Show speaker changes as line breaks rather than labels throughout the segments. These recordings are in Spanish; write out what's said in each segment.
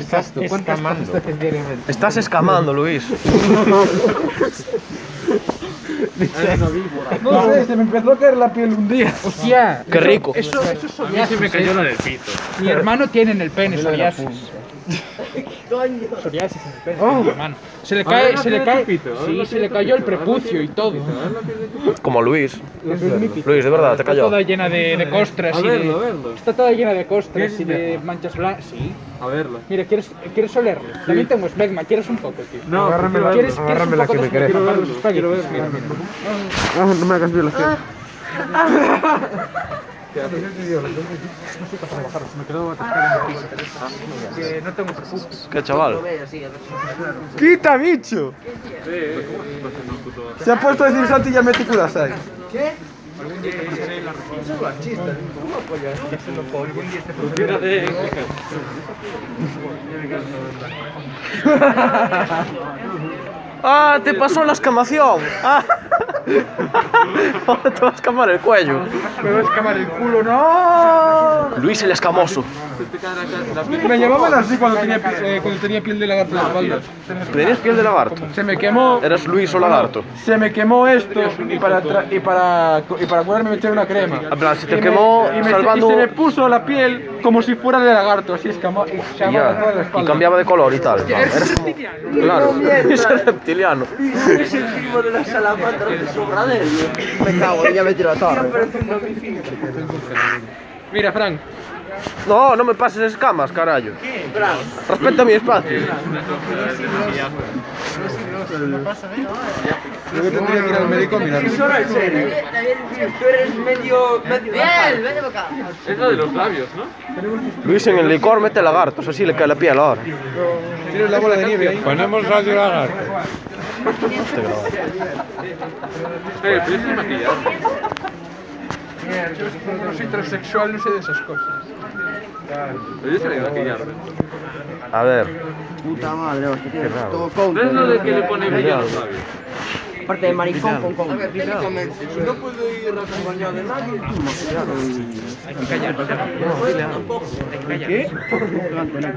Estás
Exacto, ¿cuántas
escamando.
patatas diariamente?
Estás escamando, Luis.
Eres una víbora.
No, sé, se me empezó a caer la piel un día.
¡Hostia!
Qué rico.
Eso, eso es
A mí se me
psoriasis,
cayó
¿eh?
la del pito.
Mi hermano tiene en el pene
Dile de la
psoriasis.
punta.
Psoriasis en el pene,
Oh.
mi hermano.
Se le
A ver,
cae,
no
se le
tiene
cae.
tu pito, a ver,
Sí,
no
se
tiene
le
tu
cayó el
pito, a ver, no
prepucio
tiene ¿eh?
y
tu
todo.
pito, a ver, no tiene tu pito.
Como Luis.
Es mi pito.
Luis, de verdad, te
Está toda
callado.
llena de, de costras
A
y de-
verlo, a verlo.
Está toda llena de costras
¿Quieres
y de
esmegma?
manchas blancas. Sí.
A verlo.
Mira, ¿quieres, quieres olerlo? También tengo esmegma, ¿quieres un poco, tío?
No,
Agárrame la-
¿Quieres, ¿quieres
agárrame
un
la
poco
que
de
me querés.
esmegma para los
Quiero
espaguetis?
verlo, quiero
Mira,
verlo.
mira.
Ah, no me hagas violación.
Que no tengo prepucio.
Qué chaval.
¡Quita, bicho! Se ha puesto a decir Santi ya metí Kudasai.
¡Ah! ¡Te pasó la escamación! ¡Ah! Ahora te va a escamar el cuello.
Me va a escamar el culo, no.
Luis el escamoso.
Me llamaban así cuando tenía, pi- eh, cuando tenía piel de lagarto en la espalda.
¿Tenías piel de lagarto?
Se me quemó.
¿Eras Luis o lagarto?
Se me quemó esto y para, tra- y para, y para curarme me eché una crema.
En plan, se te
Y me-
quemó
y me,
salvando-
y se me puso la piel como si fuera de lagarto, así escamó. Y se
Y
llamaba toda la
ya. Y
espalda.
cambiaba de color y tal. Vale, eres como- Claro. Es el reptiliano.
Es el primo de la salamandra de Sobradero.
Me cago, ya me tiro la torre.
Mira, Frank.
No, no me pases escamas, carajo. Respeta mi espacio.
Yo que tendría que ir al médico, mira.
Tú eres medio. medio
Bien, vete para acá.
Es la de los labios, ¿no?
Luis en el licor mete lagartos, así le cae la piel ahora.
Tienes la bola de nieve ahí.
Ponemos radio lagarto.
Eh, pero es el maquillaje.
No soy transexual, no sé de esas cosas.
Pero yo sabía maquillarme.
A ver,
Puta madre, hostia, tío, todo con.
¿Ves lo de que le pone brillo a los labios?
Parte de maricón con con. A ver, técnicamente, si no puedo ir acompañado de nadie, tú me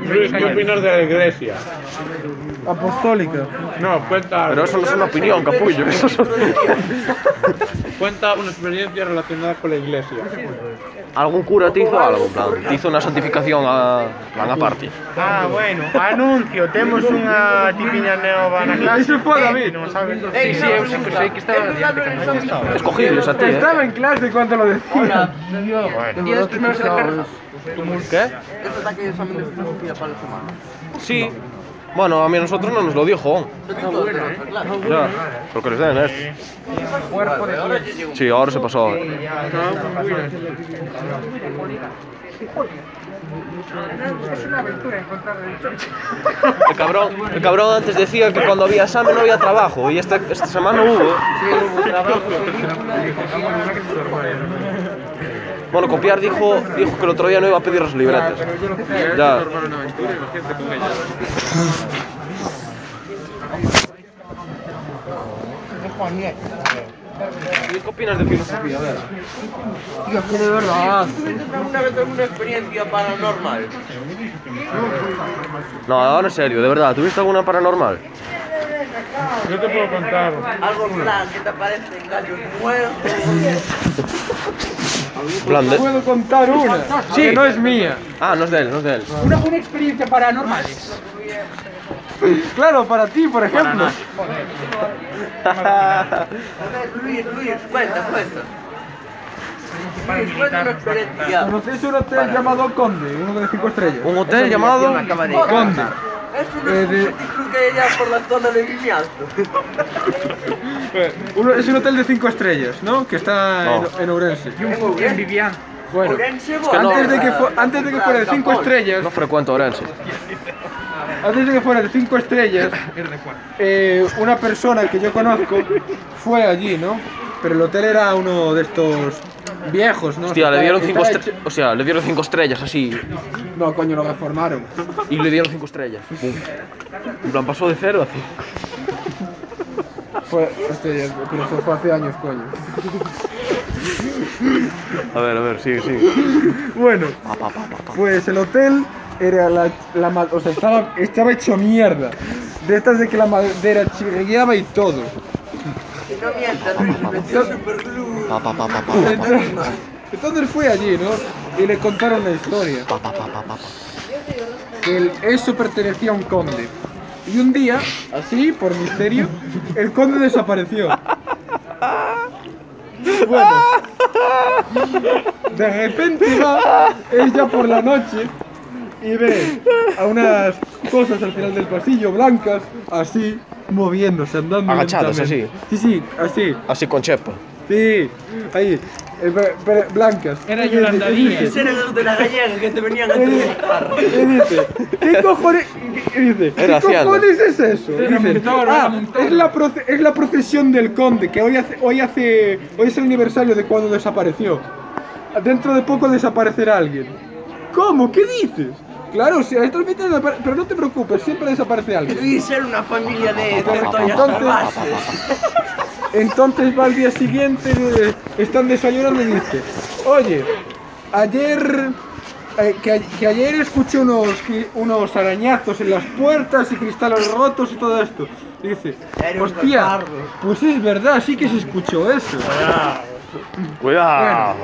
Luis, ¿qué opinas de la iglesia?
Apostólica.
No, cuenta.
pero eso no es una opinión, capullo. Eso es
Cuenta una experiencia relacionada con la iglesia.
¿Algún cura te hizo algo? en plan, te hizo una santificación a... plan aparte.
Ah, bueno, anuncio, temos unha tipiña nova na clase. Iso foi David. Non sabes.
Sí, sí, eu
pues,
sempre sei que estaba diante, que non estaba.
Escogibles a ti, ¿eh?
Estaba en clase cuando lo decía.
Tío, es que me vas a dejar...
Este ataque de examen de filosofía para la semana.
Sí. Bueno, a mí a nosotros no nos lo dio Jón. Ya, porque les den esto. Sí, ahora se pasó. El cabrón, el cabrón antes decía que cuando había examen no había trabajo y esta, esta semana hubo. Bueno, copiar dijo, dijo que el otro día no iba a pedir los libretes. Ya.
una aventura, imagínate con ella.
¿Y ¿Qué opinas de filosofía? A ver.
Tío, que de verdad. ¿Tuviste alguna vez alguna experiencia paranormal?
No, ahora en serio, de verdad, ¿tuviste alguna paranormal?
Yo te puedo contar.
Algo en plan que te aparecen gallos muertos.
En plan de-
Puedo contar una, que no es mía.
Ah, no es de él, no es de él.
Una buena experiencia paranormal.
Claro, para ti, por ejemplo.
A ver, Luis, Luis, cuenta, cuenta. Luis, cuenta una experiencia.
¿Conocéis un hotel llamado Conde? Uno de cinco estrellas.
Un hotel llamado...
Conde.
Es un
Eh, de-
espíritu que hay allá por la zona de Vimianzo.
Uno- es un hotel de cinco estrellas, ¿no? Que está en,
Oh.
en Ourense.
Vivian.
Bueno,
Ourense,
antes,
eh,
de que
Boa.
fu- antes de que fuera de cinco estrellas,
No frecuento Orense.
antes de que fuera de cinco estrellas, eh, una persona que yo conozco fue allí, ¿no? Pero el hotel era uno de estos viejos, ¿no?
Hostia, le
Está-
dieron
está
cinco
hecho-
estrellas... O sea, le dieron cinco estrellas así.
No, coño, lo reformaron.
Y le dieron cinco estrellas. Bum. En plan, pasó de cero a cinco.
Fue, hostia, pero eso fue hace años, coño.
A ver, a ver, sigue, sigue.
Bueno, pues el hotel era la, la ma- o sea, estaba, estaba hecho mierda. De estas de que la madera chirriaba y todo.
Que no mientas, Luis, metió superglue.
Pa, pa, pa, pa, pa, pa,
Entonces, entonces fui allí, ¿no? Y le contaron la historia.
pa, pa, pa, pa, pa, pa.
que el- eso pertenecía a un conde. Y un día, así, por misterio, el conde desapareció. Bueno, de repente va ella por la noche y ve a unas cosas al final del pasillo, blancas, así, moviéndose, andando.
Agachadas,
lentamente. Sí, sí, así.
Así con chepa.
Sí, ahí, eh, pe- pe- blancas.
Era
Y dice-
Yolanda Díaz.
Esos eran los de la gallega que te venían a
y
hacer
dice-
disparo.
y dice, ¿qué cojones, y dice, ¿qué
Era hacienda.
cojones es eso?
Era
Dice,
Montoro, era
ah,
Montoro".
es la, proce- es la procesión del conde, que hoy hace, hoy hace, hoy es el aniversario de cuando desapareció. Dentro de poco desaparecerá alguien. ¿Cómo? ¿Qué dices? Claro, si a estas veces desapare- pero no te preocupes, siempre desaparece alguien.
Luis era una familia de
Entonces-
centollas salvajes.
Entonces va al día siguiente, eh, están desayunando y dice, oye, ayer, eh, que, a- que ayer escuché unos, cri- unos arañazos en las puertas y cristales rotos y todo esto. Y dice,
Era un
hostia,
bastardo".
pues es verdad, sí que se escuchó eso.
Cuidado.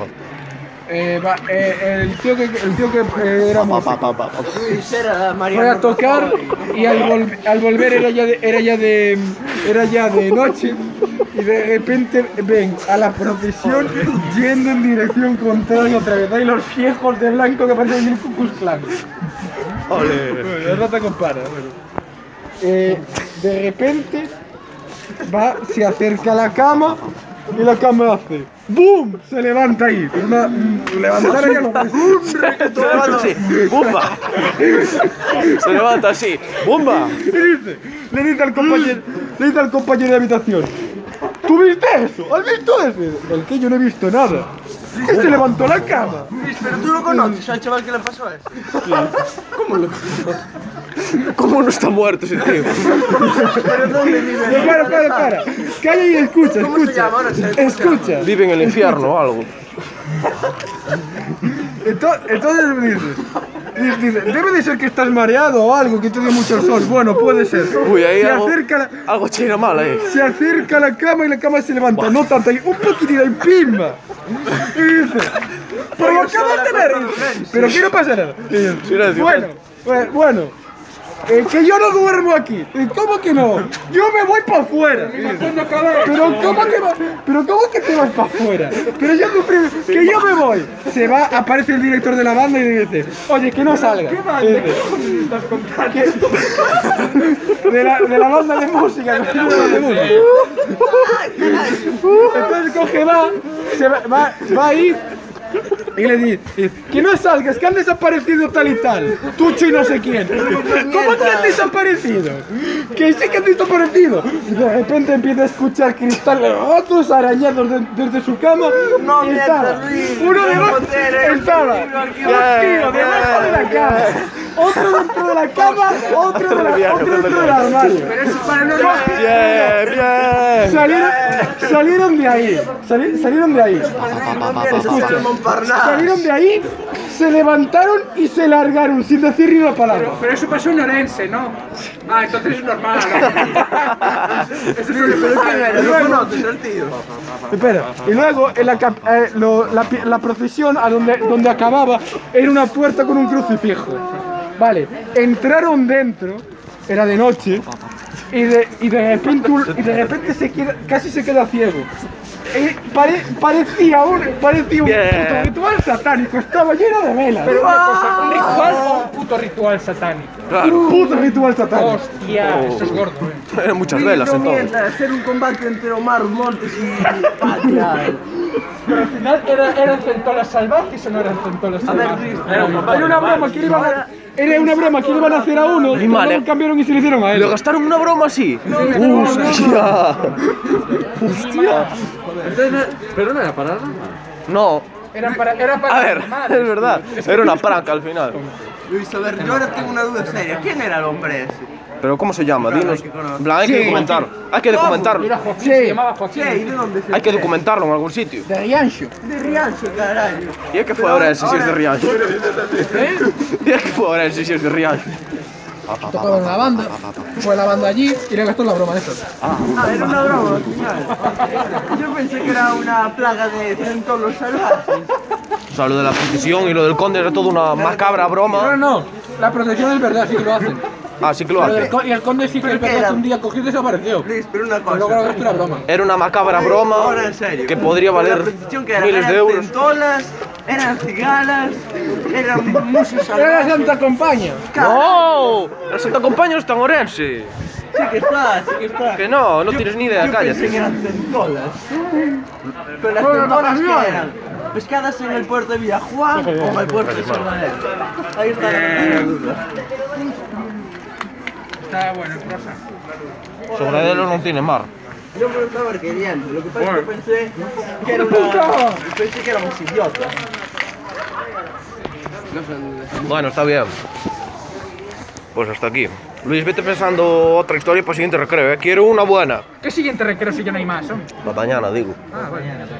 Eh, va, eh, el tío que, el tío que eh, era
Pa,
músico
pa, pa, pa, pa.
Luis era
fue
Mariano
a tocar
Rajoy.
y al, vol- al volver era ya, de, era ya de era ya de noche y de repente ven a la procesión yendo en dirección contraria otra vez y los viejos de blanco que parecen el Ku Klux Klan.
Ole.
Bueno, no te compara, bueno. Eh, de repente va, se acerca a la cama y la cama hace ¡Bum! Se levanta ahí. Una, mm, levantar ya no
Se levanta así. ¡Bumba! Se levanta así. ¡Bumba!
Le dice, le dice al compañero, le dice al compañero de habitación. ¿Tú viste eso? ¿Has visto eso? El que yo no he visto nada. Que se levantó la cama.
Luis, pero tú lo conoces al chaval que le pasó eso.
¿Cómo no está muerto ese tío?
Pero ¿dónde vive?
Pero para, para, para. Calla y escucha,
¿Cómo se
escucha.
llama? Ahora se-
Escucha.
Vive en el infierno o algo.
Ento- Entonces me dice, dice, debe de ser que estás mareado o algo, que te dio mucho sol. Bueno, puede ser.
Uy, ahí
se
algo.
acerca la,
Algo china eh. mal ahí.
se acerca a la cama y la cama se levanta, no tanto, ahí, un poquitito y pimba. Y dice, pero lo acabo de tener. Pero que no pasa nada. Y dice,
Silencio,
bueno, bueno, bueno, eh, que yo no duermo aquí. Y, ¿Cómo que no? Yo me voy para afuera. Y dice, Pero ¿cómo que va- pero cómo que te vas para afuera? Pero yo compré- que yo me voy. Se va, aparece el director de la banda y dice, oye, que no salga. Y dice, que- de, la, de la banda de música, de la banda de música. Entonces coge, va, se va, va, va ahí y le dice, que no salgas, que han desaparecido tal y tal, Tucho y no sé quién. ¿Cómo que han desaparecido? Que sí que han desaparecido. Y de repente empieza a escuchar cristales rotos arañados de- desde su cama.
No
y
mientas,
estaba,
Luis,
uno de
no
los,
te eres
estaba,
un libro arqueológico.
un tío debajo de la cama, otro dentro de la cama, otro, de la, otro dentro del armario.
Pero eso es paranormal.
Bien, bien.
Salieron, salieron de ahí, sali- salieron de ahí. Salieron de ahí, se levantaron y se largaron sin decir ni una palabra.
Pero eso pasó en Orense, ¿no? Ah, entonces es normal.
Espera, y luego en la, cap- eh, lo- la, pi- la procesión a donde, donde acababa era una puerta con un crucifijo. Vale, entraron dentro, era de noche, y de, y de repente, un- y de repente se queda- casi se queda ciego. Eh, pare- parecía un, parecía un puto ritual satánico, estaba lleno de velas.
Pero una cosa, ¿un ritual o un puto ritual satánico?
Claro.
un puto ritual satánico.
Hostia, esto es gordo, eh.
Eran muchas velas entonces.
Hacer un combate entre Omar Montes y Patria.
Pero al final, ¿era- ¿eran centolas salvajes o no eran centolas
ver,
salvajes?
Luis,
Era un
Era una broma que le iban a, era una broma que le iban a hacer a uno, y
Vale.
luego cambiaron y se le hicieron a él.
¿Le gastaron una broma así? ¡Hostia! ¡Hostia!
Pero no era parada.
No,
Era para, era para
a ver,
normal.
es verdad. Era una pranca al final.
Luis, a ver, yo ahora tengo una duda seria. ¿Quién era el hombre ese?
Pero ¿cómo se llama? Dinos. En plan, hay que
Sí.
documentarlo. Hay que
Mira,
documentarlo.
Joaquín
Sí.
se llamaba Joaquín.
Hay que documentarlo en algún sitio.
De Riancho.
De Riancho, carajo.
Día que fue ahora el si es de Rial.
¿Eh?
Día que fue ahora el si es de Rial.
Tocaban la banda. Fue la banda allí y le gastó la broma de eso.
Ah, era una broma al final. Yo pensé que era una plaga de centolos salvajes.
O sea, lo de la petición y lo del conde era todo una macabra
No,
broma.
no, la procesión es verdad, sí que lo hacen.
Ah, sí que lo
Pero el
hace.
co- y el conde sí que
¿Pero
es
qué
verdad
era?
que un día cogió y desapareció.
Luis, pero una
Pero luego la
cosa.
verdad es que era broma.
Era una macabra broma
Ahora, en serio.
que podría valer
La petición que era,
miles de
eran
euros.
Centolas, eran cigalas, eran musos
Era la
salvajes.
Santa Compañía.
¡No! La Santa Compañía está en Orense.
Sí que está, sí que está.
Que no, no tienes ni idea,
Yo pensé que
cállate.
eran centolas. Pero las centolas que eran pescadas en el puerto de Villajuán o en el puerto de Salvador. Ahí está la
Eh,
primera duda.
Sobre ellos no tiene mar.
Yo me lo estaba queriendo, lo que pasa es que pensé que era una... Pensé que éramos idiotas.
Bueno, está bien. Pues hasta aquí. Luis, vete pensando otra historia para el siguiente recreo, ¿eh? Quiero una buena.
¿Qué siguiente recreo si ya no hay más, hombre?
Para mañana, digo.